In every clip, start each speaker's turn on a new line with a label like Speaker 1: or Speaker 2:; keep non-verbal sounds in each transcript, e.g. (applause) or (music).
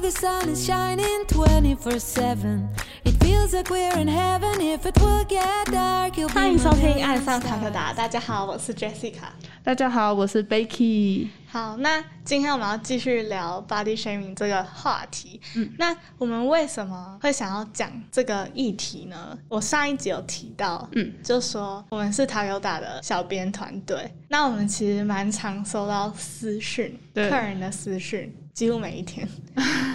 Speaker 1: the sun is shining 24 7. It feels like we're in heaven. If it will get dark, you'll be
Speaker 2: 欢迎收
Speaker 1: my
Speaker 2: 听
Speaker 1: very
Speaker 2: 《爱
Speaker 1: star.
Speaker 2: 上卡特达》，大家好，我是 Jessica。
Speaker 3: 大家好，我是 Becky。
Speaker 2: 好，那今天我们要继续聊 body shaming 这个话题。嗯，那我们为什么会想要讲这个议题呢？我上一集有提到，
Speaker 3: 嗯，
Speaker 2: 就说我们是塔友打的小编团队，那我们其实蛮常收到私讯，客
Speaker 3: 对
Speaker 2: 人的私讯，几乎每一
Speaker 3: (laughs)
Speaker 2: 天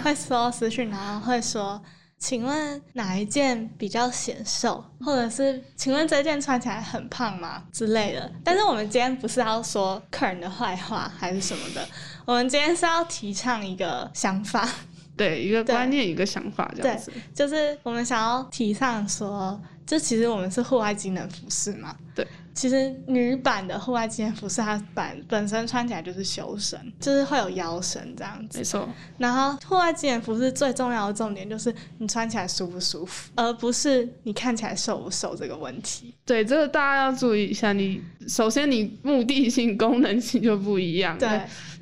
Speaker 2: 会收到私讯，然后会说。请问哪一件比较显瘦，或者是请问这件穿起来很胖吗之类的？但是我们今天不是要说客人的坏话还是什么的，我们今天是要提倡一个想法， (laughs)
Speaker 3: 对，一个
Speaker 2: 对
Speaker 3: 观念，一个想法，这样子。
Speaker 2: 就是我们想要提倡说，就其实我们是户外机能服饰嘛。
Speaker 3: 对。
Speaker 2: 其实女版的户外机能服饰，它本本身穿起来就是修身，就是会有腰身这样子
Speaker 3: 没。错，
Speaker 2: 然后户外机能服饰最重要的重点就是你穿起来舒不舒服，而不是你看起来瘦不瘦这个问题。
Speaker 3: 对，这个大家要注意一下。你首先，你目的性、功能性就不一样。
Speaker 2: 对，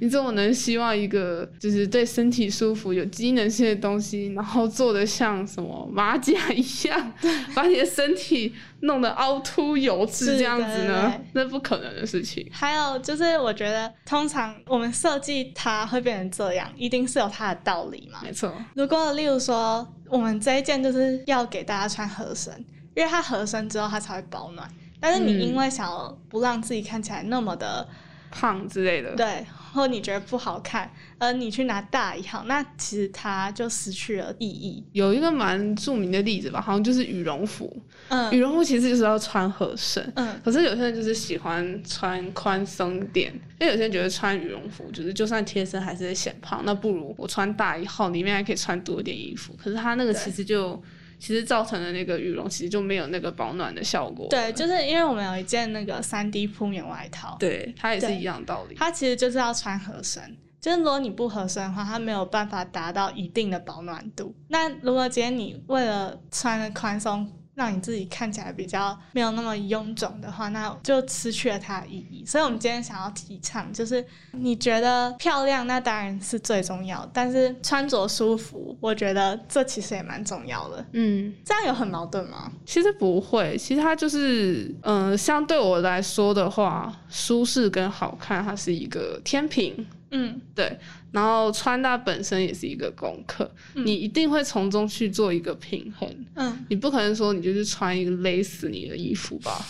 Speaker 3: 你怎么能希望一个就是对身体舒服、有机能性的东西，然后做的像什么马甲一样，把你的身体弄得凹凸有致
Speaker 2: 是
Speaker 3: 这样子
Speaker 2: 对对
Speaker 3: 呢
Speaker 2: 对？
Speaker 3: 那不可能的事情。
Speaker 2: 还有就是，我觉得通常我们设计它会变成这样，一定是有它的道理嘛。
Speaker 3: 没错，
Speaker 2: 如果例如说，我们这一件就是要给大家穿合身，因为它合身之后它才会保暖。但是你
Speaker 3: 嗯
Speaker 2: 因为想要不让自己看起来那么的、
Speaker 3: 胖之类的。
Speaker 2: 对，或你觉得不好看，而你去拿大一号，那其实它就失去了意义。
Speaker 3: 有一个蛮著名的例子吧，好像就是羽绒服。羽
Speaker 2: 嗯
Speaker 3: 绒服其实就是要穿合身，
Speaker 2: 嗯，
Speaker 3: 可是有些人就是喜欢穿宽松点，因为有些人觉得穿羽绒服就是就算贴身还是会显胖，那不如我穿大一号，里面还可以穿多一点衣服。可是它那个
Speaker 2: 对
Speaker 3: 其实就其实造成的那个羽绒其实就没有那个保暖的效果。
Speaker 2: 对，就是因为我们有一件那个三 D 铺棉外套，
Speaker 3: 对，它也是
Speaker 2: 对
Speaker 3: 一样的道理。
Speaker 2: 它其实就是要穿合身。就是如果你不合身的话，它没有办法达到一定的保暖度。那如果今天你为了穿的宽松，让你自己看起来比较没有那么臃肿的话，那就失去了它的意义。所以，我们今天想要提倡，就是你觉得漂亮，那当然是最重要，但是穿着舒服，我觉得这其实也蛮重要的。
Speaker 3: 嗯，
Speaker 2: 这样有很矛盾吗？
Speaker 3: 其实不会，其实它就是，嗯、相对我来说的话，舒适跟好看它是一个天平，
Speaker 2: 嗯，
Speaker 3: 对，然后穿搭本身也是一个功课，
Speaker 2: 嗯
Speaker 3: 你一定会从中去做一个平衡。
Speaker 2: 嗯，
Speaker 3: 你不可能说你就是穿一个勒死你的衣服吧？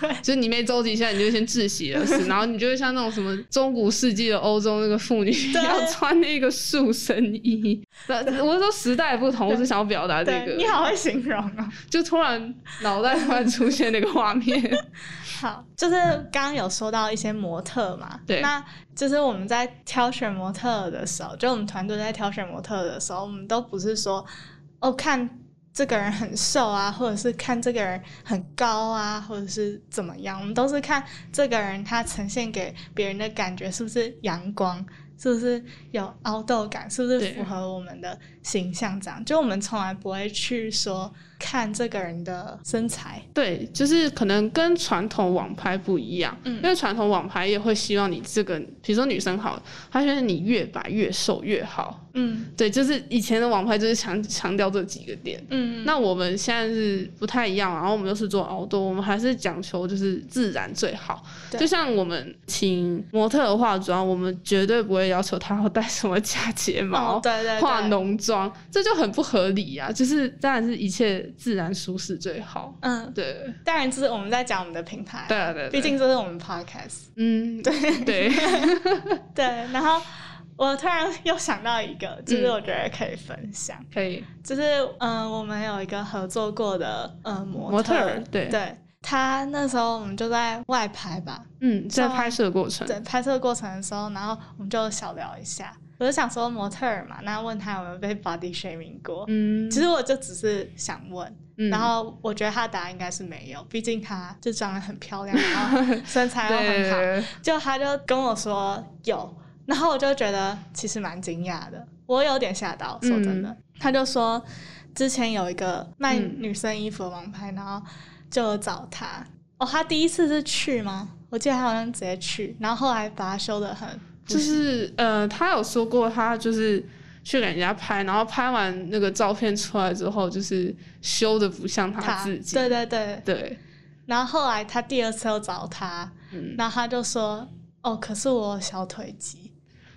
Speaker 2: 对，
Speaker 3: 就是你没周几下，你就先窒息而死，然后你就会像那种什么中古世纪的欧洲那个妇女
Speaker 2: 对
Speaker 3: 要穿那个束身衣。那我是说时代不同，我是想要表达这
Speaker 2: 对，
Speaker 3: 个
Speaker 2: (laughs) 你，好会形容哦。
Speaker 3: 就突然脑袋突然出现那个画
Speaker 2: (laughs)
Speaker 3: 面。
Speaker 2: 好，就是刚刚有说到一些模特嘛，
Speaker 3: 对
Speaker 2: 那就是我们在挑选模特的时候，就我们团队在挑选模特的时候，我们都不是说哦看这个人很瘦啊，或者是看这个人很高啊，或者是怎么样，我们都是看这个人他呈现给别人的感觉是不是阳光。是不是有凹痘感？是不是
Speaker 3: 对
Speaker 2: 符合我们的形象？这样，就我们从来不会去说看这个人的身材，
Speaker 3: 对，就是可能跟传统网拍不一样，
Speaker 2: 嗯
Speaker 3: 因为传统网拍也会希望你这个，比如说女生好了，她觉得你越白越瘦越好。
Speaker 2: 嗯
Speaker 3: 对，就是以前的网拍就是强强调这几个点。
Speaker 2: 嗯，
Speaker 3: 那我们现在是不太一样，然后我们又是做熬多，我们还是讲求就是自然最好。
Speaker 2: 对
Speaker 3: 就像我们请模特儿化妆，我们绝对不会要求她要戴什么假睫毛、
Speaker 2: 哦，对对对，
Speaker 3: 化浓妆，这就很不合理呀、就是当然是一切自然舒适最好。
Speaker 2: 嗯，
Speaker 3: 对，
Speaker 2: 当然就是我们在讲我们的品牌，
Speaker 3: 对啊对啊对啊
Speaker 2: 毕竟这是我们 podcast。 (laughs)
Speaker 3: 嗯，对对
Speaker 2: 对，然后我突然又想到一个，就是我觉得可以分享，
Speaker 3: 可以。
Speaker 2: 就是嗯、呃我们有一个合作过的呃模
Speaker 3: 模特儿对
Speaker 2: 对。他那时候我们就在外拍吧，
Speaker 3: 嗯，在
Speaker 2: 像
Speaker 3: 拍摄过程，
Speaker 2: 对，拍摄过程的时候，然后我们就小聊一下。我就想说模特儿嘛，那问他有没有被 body shaming 过？
Speaker 3: 嗯，
Speaker 2: 其实我就只是想问，
Speaker 3: 嗯
Speaker 2: 然后我觉得他的答案应该是没有，毕竟他就长得很漂亮，然
Speaker 3: (laughs)
Speaker 2: 后身材又很好，
Speaker 3: 对，
Speaker 2: 就他就跟我说有，然后我就觉得其实蛮惊讶的，我有点吓到，说真的，他就说之前有一个卖
Speaker 3: 嗯
Speaker 2: 女生衣服的网拍，然后就有找他，哦，他第一次是去吗？我记得他好像直接去，然后后来把他修的很，
Speaker 3: 就是呃，他有说过，他就是去给人家拍，然后拍完那个照片出来之后，就是修的不像他自己。
Speaker 2: 对对对。
Speaker 3: 对
Speaker 2: 然后后来他第二次又找他，
Speaker 3: 嗯，
Speaker 2: 然后他就说：“哦，可是我有小腿肌。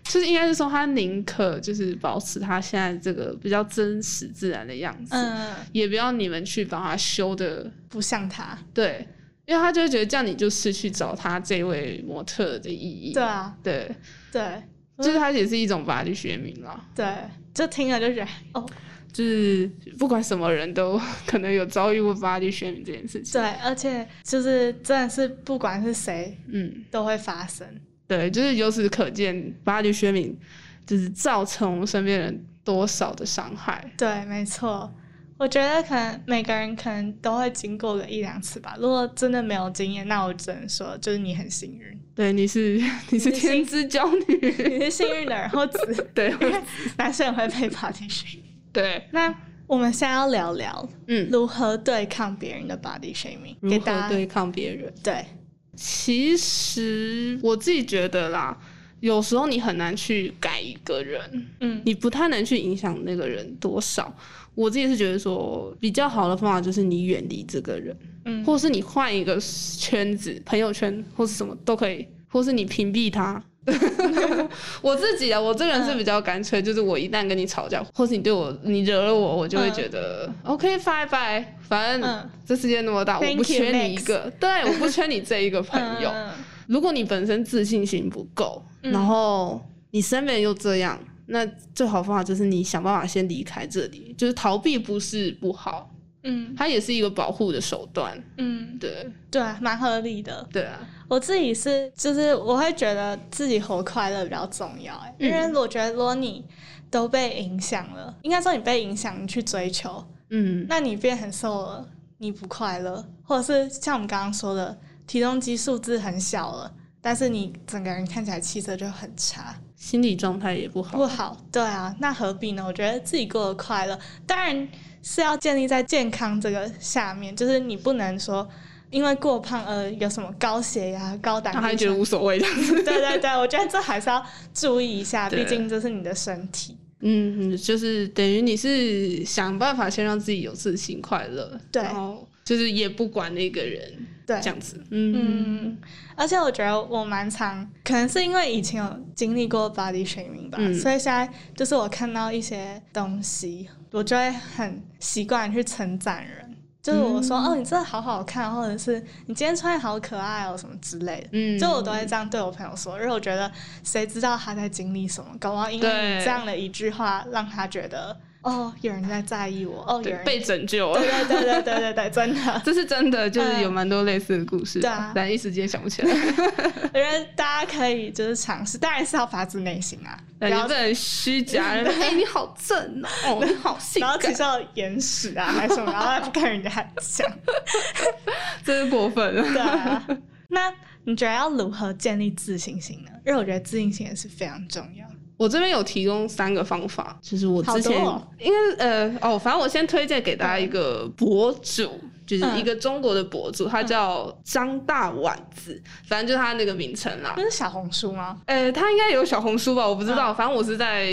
Speaker 3: 就是应该是说他宁可就是保持他现在这个比较真实自然的样”子，
Speaker 2: 嗯，
Speaker 3: 也不要你们去帮他修的，
Speaker 2: 不像他。
Speaker 3: 对，因为他就会觉得这样你就失去找他这位模特的意义。
Speaker 2: 对啊，嗯
Speaker 3: 对，
Speaker 2: 对
Speaker 3: 就是他也是一种法律学名啦，
Speaker 2: 对，就听了就觉得哦，
Speaker 3: 就是不管什么人都 (laughs) 可能有遭遇过法律学名这件事情。
Speaker 2: 对，而且就是真的是不管是谁
Speaker 3: 嗯，
Speaker 2: 都会发生。
Speaker 3: 对，就是由此可见，法律学名就是造成我们身边人多少的伤害。
Speaker 2: 对，没错。我觉得可能每个人可能都会经过个一两次吧。如果真的没有经验，那我只能说就是你很幸运，
Speaker 3: 对，你是你是
Speaker 2: 你是
Speaker 3: 天之骄
Speaker 2: (laughs)
Speaker 3: 女，
Speaker 2: 你是幸运的人或子，
Speaker 3: 对
Speaker 2: 因为 (laughs) 男生也会被 body shame。
Speaker 3: 对，
Speaker 2: 那我们现在要聊聊
Speaker 3: 嗯，
Speaker 2: 如何对抗别人的 body shaming，
Speaker 3: 如
Speaker 2: 给大
Speaker 3: 何
Speaker 2: 家
Speaker 3: 对抗别人？
Speaker 2: 对
Speaker 3: 其实我自己觉得啦，有时候你很难去改一个人，
Speaker 2: 嗯
Speaker 3: 你不太能去影响那个人多少。我自己是觉得说，比较好的方法就是你远离这个人，
Speaker 2: 嗯
Speaker 3: 或是你换一个圈子，朋友圈或是什么都可以，或是你屏蔽他。 (laughs) 我自己啊，我这个人是比较干脆，就是我一旦跟你吵架，或是你对我你惹了我，我就会觉得、OK bye bye，反
Speaker 2: 嗯
Speaker 3: 正这世界那么大，我不
Speaker 2: Thank you,
Speaker 3: 缺你一
Speaker 2: next
Speaker 3: 个，对，我不缺你这一个朋友。
Speaker 2: 嗯嗯
Speaker 3: 如果你本身自信心不够，
Speaker 2: 嗯
Speaker 3: 然后你身边又这样，那最好方法就是你想办法先离开这里。就是逃避不是不好，
Speaker 2: 嗯
Speaker 3: 它也是一个保护的手段。
Speaker 2: 嗯，
Speaker 3: 对
Speaker 2: 对啊，蛮合理的。
Speaker 3: 对啊，
Speaker 2: 我自己是，就是我会觉得自己活快乐比较重要、欸，因为我觉得如果你都被影响了，应该说你被影响，你去追求，
Speaker 3: 嗯，
Speaker 2: 那你变很瘦了，你不快乐，或者是像我们刚刚说的，体重基数字很小了，但是你整个人看起来气色就很差，
Speaker 3: 心理状态也不好。
Speaker 2: 不好。对啊，那何必呢？我觉得自己过得快乐，当然是要建立在健康这个下面，就是你不能说。因为过胖而有什么高血压、高胆
Speaker 3: 他
Speaker 2: 固
Speaker 3: 还觉
Speaker 2: 醇
Speaker 3: 得无所谓的。
Speaker 2: (laughs) 对对对，我觉得这还是要注意一下，
Speaker 3: (laughs) 对
Speaker 2: 毕竟这是你的身体。
Speaker 3: 嗯，就是等于你是想办法先让自己有自信、快乐，
Speaker 2: 对
Speaker 3: 然后就是也不管那个人，
Speaker 2: 对
Speaker 3: 这样子。嗯，
Speaker 2: 嗯，而且我觉得我蛮常，可能是因为以前有经历过 body shaming 吧，
Speaker 3: 嗯
Speaker 2: 所以现在就是我看到一些东西，我就会很习惯去称赞人，就是我说、
Speaker 3: 嗯
Speaker 2: 哦你这好好看，或者是你今天穿的好可爱哦什么之类的。
Speaker 3: 嗯，
Speaker 2: 就我都会这样对我朋友说，因为我觉得谁知道他在经历什么，搞不好因为你
Speaker 3: 对
Speaker 2: 这样的一句话，让他觉得哦，有人在在意我，哦，有
Speaker 3: 对啊
Speaker 2: 人
Speaker 3: 被拯救了。
Speaker 2: 对对对对对对对，真的，
Speaker 3: (laughs) 这是真的，就是有
Speaker 2: 嗯
Speaker 3: 蛮多类似的故事
Speaker 2: 对啊
Speaker 3: 的，但一时间想嗯不起来。
Speaker 2: 我觉得大家可以就是尝试，当然是要发自内心啊，
Speaker 3: 对
Speaker 2: 不
Speaker 3: 你
Speaker 2: 要
Speaker 3: 不能虚 (laughs) 假，人哎、你好正哦，哦你好性
Speaker 2: 然后
Speaker 3: 感
Speaker 2: 取，笑眼屎
Speaker 3: (laughs)
Speaker 2: 啊，还是什么，然后还不跟人家讲，
Speaker 3: 真是过分了。
Speaker 2: 对啊。那你觉得要如何建立自信心呢？因为我觉得自信心也是非常重要。
Speaker 3: 我这边有提供三个方法，就是我之前、
Speaker 2: 好多哦
Speaker 3: 应该是呃哦，反正我先推荐给大家一个博主，就是一个中国的博主，他叫张大碗子，反正就是他那个名称啦
Speaker 2: 那。是小红书吗？
Speaker 3: 呃，他应该有小红书吧，我不知道，反正我是在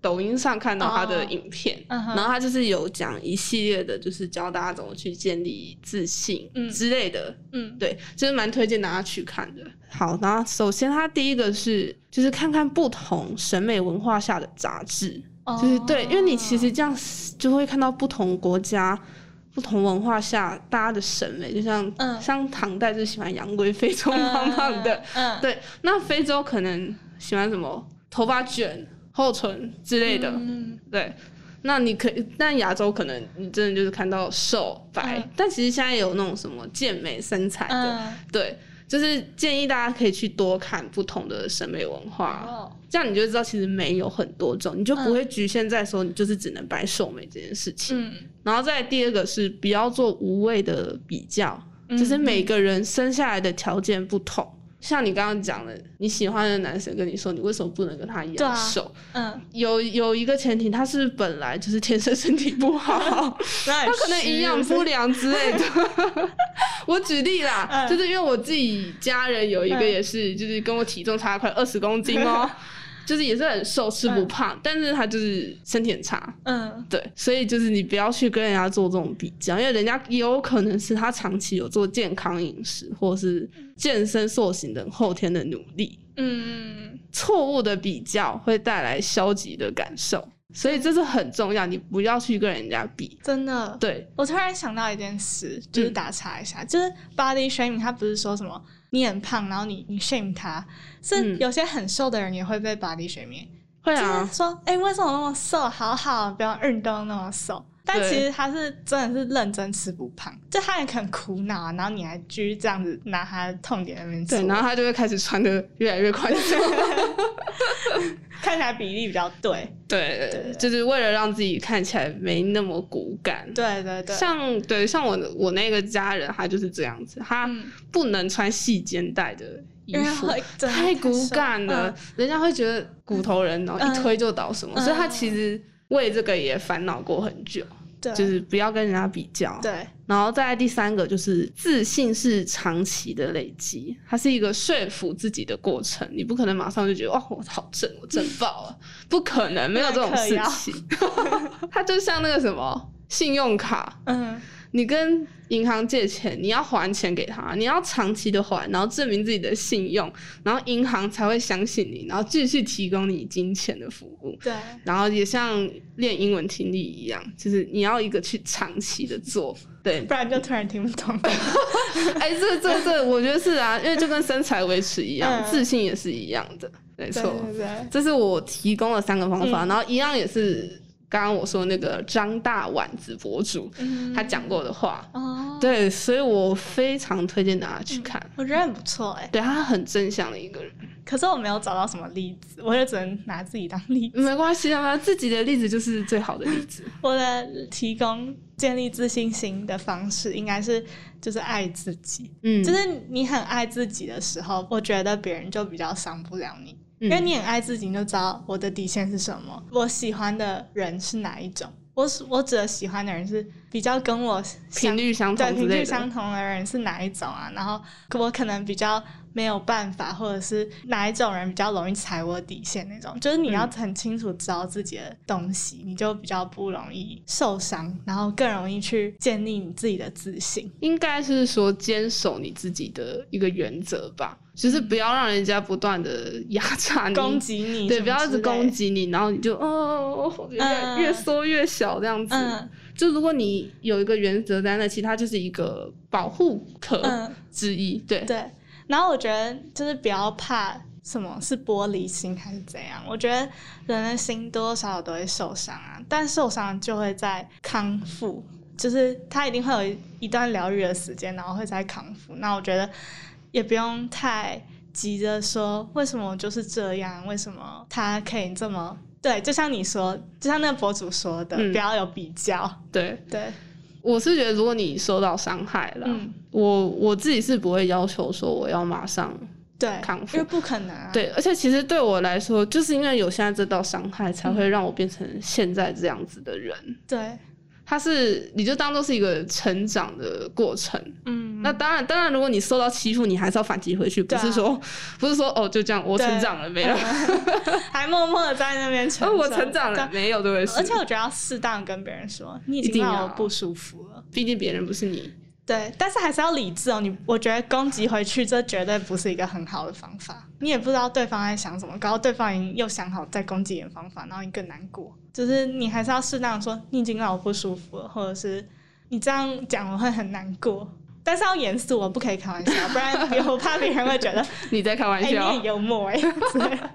Speaker 3: 抖音上看到他的
Speaker 2: 哦
Speaker 3: 影片，
Speaker 2: 嗯哼
Speaker 3: 然后他就是有讲一系列的，就是教大家怎么去建立自信
Speaker 2: 嗯
Speaker 3: 之类的，
Speaker 2: 嗯
Speaker 3: 对，就是蛮推荐大家去看的。好，然后首先它第一个是就是看看不同审美文化下的杂志，
Speaker 2: 哦
Speaker 3: 就是对，因为你其实这样就会看到不同国家。不同文化下，大家的审美就像、
Speaker 2: 嗯
Speaker 3: 像唐代就喜欢洋鬼非冲胖胖的，，
Speaker 2: 嗯，
Speaker 3: 对，那非洲可能喜欢什么头发卷、厚唇之类的，
Speaker 2: 嗯
Speaker 3: 对。那你可以，但亚洲可能你真的就是看到瘦白，
Speaker 2: 嗯
Speaker 3: 但其实现在有那种什么健美身材的，
Speaker 2: 嗯，
Speaker 3: 对，就是建议大家可以去多看不同的审美文化，
Speaker 2: 哦，
Speaker 3: 这样你就会知道其实美有很多种，你就不会局限在说你就是只能白瘦美这件事情。
Speaker 2: 嗯，
Speaker 3: 然后再来第二个是不要做无谓的比较，
Speaker 2: 嗯
Speaker 3: 就是每个人生下来的条件不同。像你刚刚讲的，你喜欢的男生跟你说你为什么不能跟他一
Speaker 2: 对啊
Speaker 3: 样瘦，
Speaker 2: 嗯，
Speaker 3: 有有一个前提，他是本来就是天生身体
Speaker 2: (laughs)
Speaker 3: 不好，
Speaker 2: 那
Speaker 3: 他可能营养不良之类的。 (laughs) 我举例啦，
Speaker 2: 嗯嗯
Speaker 3: (laughs) 就是因为我自己家人有一个也是，就是跟我体重差快二十公斤哦。就是也是很瘦，吃不胖，但是他就是身体很差。
Speaker 2: 嗯，
Speaker 3: 对，所以就是你不要去跟人家做这种比较，因为人家也有可能是他长期有做健康饮食或是健身塑形等后天的努力。
Speaker 2: 嗯，
Speaker 3: 错误的比较会带来消极的感受，所以这是很重要，你不要去跟人家比。
Speaker 2: 真的。
Speaker 3: 对，
Speaker 2: 我突然想到一件事，
Speaker 3: 嗯
Speaker 2: 就是打岔一下，就是 body shaming，他不是说什么你很胖，然后你你 shame 他，是
Speaker 3: 嗯
Speaker 2: 有些很瘦的人也会被 body shaming，、
Speaker 3: 会
Speaker 2: 就
Speaker 3: 啊
Speaker 2: 是，说，哎、为什么那么瘦？好好，不要运动那么瘦。但
Speaker 3: 对
Speaker 2: 其实他是真的是认真吃不胖，就他也很苦恼啊，然后你还继续这样子拿他的痛点在那边
Speaker 3: 对，
Speaker 2: 戳
Speaker 3: 然后他就会开始穿的越来越宽
Speaker 2: (laughs)
Speaker 3: 松。
Speaker 2: 看起来比例比较对，
Speaker 3: 对，
Speaker 2: 对
Speaker 3: 就是为了让自己看起来没那么骨感。
Speaker 2: 对对对，
Speaker 3: 像对像我我那个家人，他就是这样子，他
Speaker 2: 嗯
Speaker 3: 不能穿细肩带的衣
Speaker 2: 因为
Speaker 3: 服，
Speaker 2: 会真的
Speaker 3: 太
Speaker 2: 瘦
Speaker 3: 骨感了，，人家会觉得骨头人哦，
Speaker 2: 嗯
Speaker 3: 一推就倒什么，所以他
Speaker 2: 嗯
Speaker 3: 其实为这个也烦恼过很久，
Speaker 2: 嗯对，
Speaker 3: 就是不要跟人家比较。
Speaker 2: 对，
Speaker 3: 然后再来第三个就是自信是长期的累积，它是一个说服自己的过程，你不可能马上就觉得哇我好正，我正爆了，不可能没有这种事情。 (laughs) 它就像那个什么信用卡，
Speaker 2: 嗯，
Speaker 3: 你跟银行借钱，你要还钱给他，你要长期的还，然后证明自己的信用，然后银行才会相信你，然后继续提供你金钱的服务。
Speaker 2: 对，
Speaker 3: 然后也像练英文听力一样，就是你要一个去长期的做，对，
Speaker 2: 不然就突然听不懂。
Speaker 3: 哎，这这这，我觉得是啊，因为就跟身材维持一样，
Speaker 2: 嗯
Speaker 3: 自信也是一样的，没
Speaker 2: 对
Speaker 3: 错。
Speaker 2: 对对，
Speaker 3: 这是我提供了三个方法，
Speaker 2: 嗯
Speaker 3: 然后一样也是刚刚我说那个张大碗子博主、
Speaker 2: 嗯
Speaker 3: 他讲过的话，
Speaker 2: 哦，嗯
Speaker 3: 对，所以我非常推荐大家去看，
Speaker 2: 我觉得很不错哎、
Speaker 3: 对他很正向的一个人，
Speaker 2: 可是我没有找到什么例子，我就只能拿自己当例子。
Speaker 3: 没关系啊，他自己的例子就是最好的例子，
Speaker 2: 我的提供建立自信心的方式，应该是就是爱自己。
Speaker 3: 嗯，
Speaker 2: 就是你很爱自己的时候，我觉得别人就比较伤不了你，因为
Speaker 3: 嗯
Speaker 2: 你很爱自己，你就知道我的底线是什么，我喜欢的人是哪一种。我是我指的喜欢的人是比较跟我相
Speaker 3: 频率相
Speaker 2: 对
Speaker 3: 同之
Speaker 2: 频
Speaker 3: 类
Speaker 2: 率
Speaker 3: 的
Speaker 2: 相，同的人是哪一种啊？然后我可能比较没有办法，或者是哪一种人比较容易踩我底线那种。就是你要很清楚知道自己的东西，你就比较不容易受伤，然后更容易去建立你自己的自信。
Speaker 3: 应该是说坚守你自己的一个原则吧，就是不要让人家不断的压榨
Speaker 2: 嗯
Speaker 3: 你、
Speaker 2: 攻击你，
Speaker 3: 嗯对，不要一直攻
Speaker 2: 击。
Speaker 3: 击你，然后你就哦，越来越
Speaker 2: 嗯
Speaker 3: 缩越小这样子。
Speaker 2: 嗯
Speaker 3: 就如果你有一个原则在那，其他就是一个保护壳
Speaker 2: 嗯，
Speaker 3: 之一。对，
Speaker 2: 对。然后我觉得就是不要怕什么是玻璃心还是怎样，我觉得人的心多多少少都会受伤啊，但受伤就会在康复，就是他一定会有一一段疗愈的时间，然后会再康复。那我觉得也不用太急着说为什么我就是这样，为什么他可以这么。对，就像你说，就像那个博主说的，
Speaker 3: 嗯
Speaker 2: 不要有比较。
Speaker 3: 对，
Speaker 2: 对，
Speaker 3: 我是觉得如果你受到伤害了，
Speaker 2: 嗯，
Speaker 3: 我我自己是不会要求说我要马上。
Speaker 2: 对，
Speaker 3: 康复
Speaker 2: 因为不可能啊。
Speaker 3: 对，而且其实对我来说，就是因为有现在这道伤害，才
Speaker 2: 嗯
Speaker 3: 会让我变成现在这样子的人。
Speaker 2: 对，
Speaker 3: 它是你就当做是一个成长的过程。
Speaker 2: 嗯，
Speaker 3: 那当然，当然，如果你受到欺负，你还是要反击回去，不
Speaker 2: 对啊
Speaker 3: 是说、不是说哦就这样，我
Speaker 2: 对
Speaker 3: 成长了没了，
Speaker 2: (laughs) 还默默的在那边成
Speaker 3: 哦
Speaker 2: 长。
Speaker 3: (laughs) 我成长了
Speaker 2: 对
Speaker 3: 没有，对不对？
Speaker 2: 而且我觉得要适当地跟别人说，你已
Speaker 3: 一定
Speaker 2: 经让
Speaker 3: 要
Speaker 2: 我不舒服了。
Speaker 3: 毕竟别人不是你， (laughs)
Speaker 2: 对，但是还是要理智哦。你我觉得攻击回去，这绝对不是一个很好的方法。你也不知道对方在想什么，搞到对方已经又想好再攻击你的方法，然后你更难过。就是你还是要适当地说，你已经让我不舒服了，或者是你这样讲我会很难过。但是要严肃哦，我不可以开玩笑，不然我怕别人会觉
Speaker 3: (laughs)
Speaker 2: 得，
Speaker 3: 你在开玩
Speaker 2: 哎、你
Speaker 3: 笑。
Speaker 2: 很幽默哎、之类的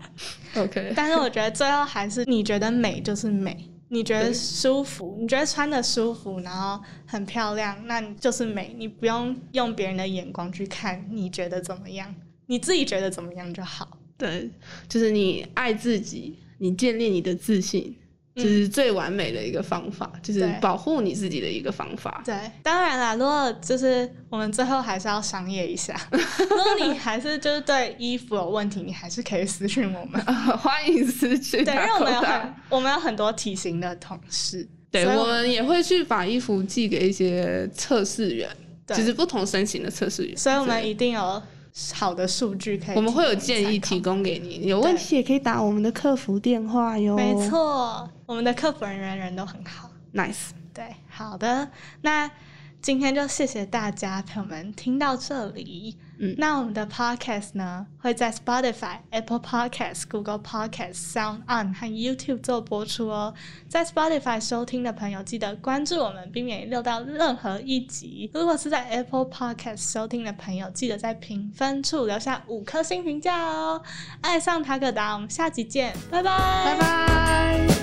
Speaker 3: OK，
Speaker 2: 但是我觉得最后还是你觉得美就是美，你觉得舒服，你觉得穿的舒服，然后很漂亮，那你就是美，你不用用别人的眼光去看你觉得怎么样，你自己觉得怎么样就好。
Speaker 3: 对，就是你爱自己，你建立你的自信，这、
Speaker 2: 嗯
Speaker 3: 是最完美的一个方法，就是
Speaker 2: 对
Speaker 3: 保护你自己的一个方法。
Speaker 2: 对，当然啦，如果就是我们最后还是要商业一下，
Speaker 3: (laughs)
Speaker 2: 如果你还是就是对衣服有问题，你还是可以私讯我
Speaker 3: (laughs)
Speaker 2: 们。
Speaker 3: (laughs) 欢迎私去
Speaker 2: 对，因
Speaker 3: 打
Speaker 2: 为我
Speaker 3: 口
Speaker 2: 们有
Speaker 3: 袋
Speaker 2: 很。我们有很多体型的同事，
Speaker 3: 对，
Speaker 2: 所以
Speaker 3: 我们也会去把衣服寄给一些测试员，
Speaker 2: 对
Speaker 3: 就是不同身形的测试员。
Speaker 2: 所以我们
Speaker 3: 对
Speaker 2: 一定有好的数据可以。
Speaker 3: 我们会有建议提。供给你，有问题也可以打我们的客服电话哟。
Speaker 2: 没错，我们的客服人员人都很好。
Speaker 3: ，nice，
Speaker 2: 对，好的，那今天就谢谢大家陪我们听到这里。
Speaker 3: 嗯
Speaker 2: 那我们的 podcast 呢会在 Spotify、Apple Podcast、Google Podcast、Sound On 和 YouTube 做播出哦。在 Spotify 收听的朋友，记得关注我们，避免漏到任何一集。如果是在 Apple Podcast 收听的朋友，记得在评分处留下五颗星评价哦。爱上塔可达，我们下集见，拜拜，
Speaker 3: 拜拜。